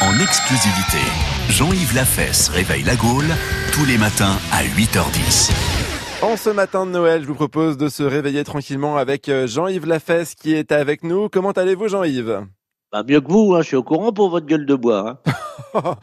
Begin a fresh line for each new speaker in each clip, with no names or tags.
en exclusivité. Jean-Yves Lafesse réveille la Gaule tous les matins à 8h10.
En ce matin de Noël, je vous propose de se réveiller tranquillement avec euh, Jean-Yves Lafesse qui est avec nous. Comment allez-vous Jean-Yves
Bah mieux que vous, hein, je suis au courant pour votre gueule de bois. hein.
Ah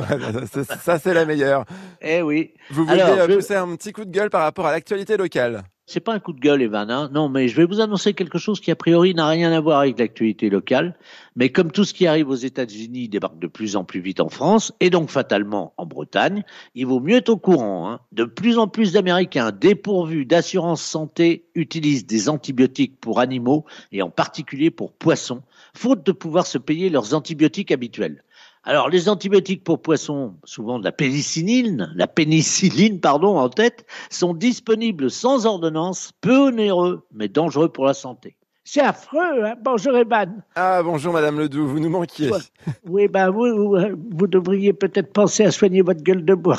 bah, ça, ça, Ça c'est la meilleure.
Eh oui.
Vous voulez
Alors,
euh,
je-
pousser un petit coup de gueule par rapport à l'actualité locale
C'est pas un coup de gueule, Evan. hein. Non, mais je vais vous annoncer quelque chose qui, a priori, n'a rien à voir avec l'actualité locale. Mais comme tout ce qui arrive aux États-Unis débarque de plus en plus vite en France, et donc fatalement en Bretagne, il vaut mieux être au courant. hein. De plus en plus d'Américains dépourvus d'assurance santé utilisent des antibiotiques pour animaux, et en particulier pour poissons, faute de pouvoir se payer leurs antibiotiques habituels. Alors, les antibiotiques pour poissons, souvent de la pénicilline, la pénicilline, pardon, en tête, sont disponibles sans ordonnance, peu onéreux, mais dangereux pour la santé. C'est affreux, hein Bonjour Evan.
Ah bonjour Madame Ledoux, vous nous manquiez.
Ouais. Oui, ben vous, vous, euh, vous devriez peut-être penser à soigner votre gueule de bois.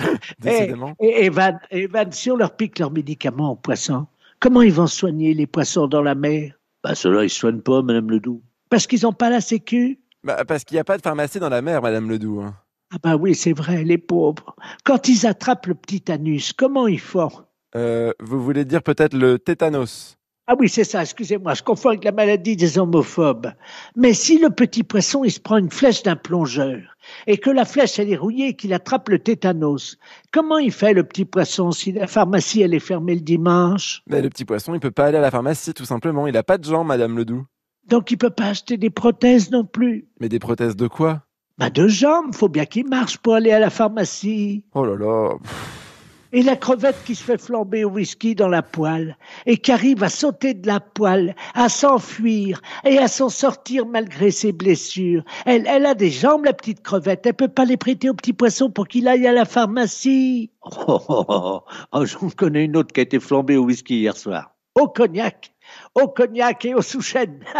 Eh. Décidément.
Et Evan, Evan, si on leur pique leurs médicaments aux poissons, comment ils vont soigner les poissons dans la mer Ben ceux-là, ils ne soignent pas, Madame Ledoux. Parce qu'ils n'ont pas la sécu
Bah, parce qu'il n'y a pas de pharmacie dans la mer Madame Ledoux. hein.
Ah ben oui, c'est vrai, les pauvres. Quand ils attrapent le petit anus, comment ils font
Euh, vous voulez dire peut-être le tétanos
Ah oui, c'est ça, excusez-moi, je confonds avec la maladie des homophobes. Mais si le petit poisson, il se prend une flèche d'un plongeur, et que la flèche, elle est rouillée et qu'il attrape le tétanos, comment il fait le petit poisson si la pharmacie, elle est fermée le dimanche
Mais le petit poisson, il peut pas aller à la pharmacie tout simplement, il a pas de jambes Madame Ledoux.
Donc il peut pas acheter des prothèses non plus.
Mais des prothèses de quoi
Bah deux jambes, faut bien qu'il marche pour aller à la pharmacie.
Oh là là, pff,
Et la crevette qui se fait flamber au whisky dans la poêle, et qui arrive à sauter de la poêle, à s'enfuir, et à s'en sortir malgré ses blessures. Elle, elle a des jambes, la petite crevette. Elle peut pas les prêter au petit poisson pour qu'il aille à la pharmacie. Oh, oh, oh, oh, j'en connais une autre qui a été flambée au whisky hier soir. Au cognac. Au cognac et au sous-chêne.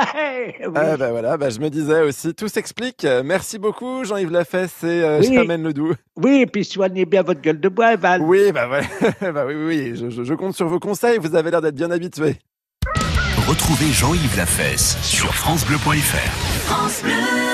Eh
Ah bah voilà, bah je me disais aussi, tout s'explique. Euh, Merci beaucoup Jean-Yves Lafesse et euh,
Oui.
Germaine Ledoux.
Oui, et puis soignez bien votre gueule de bois, Evan.
Oui, bah, voilà. bah oui, oui, oui, je, je- je compte sur vos conseils, vous avez l'air d'être bien habitués.
Retrouvez Jean-Yves Lafesse sur francebleu.fr.
France Bleu.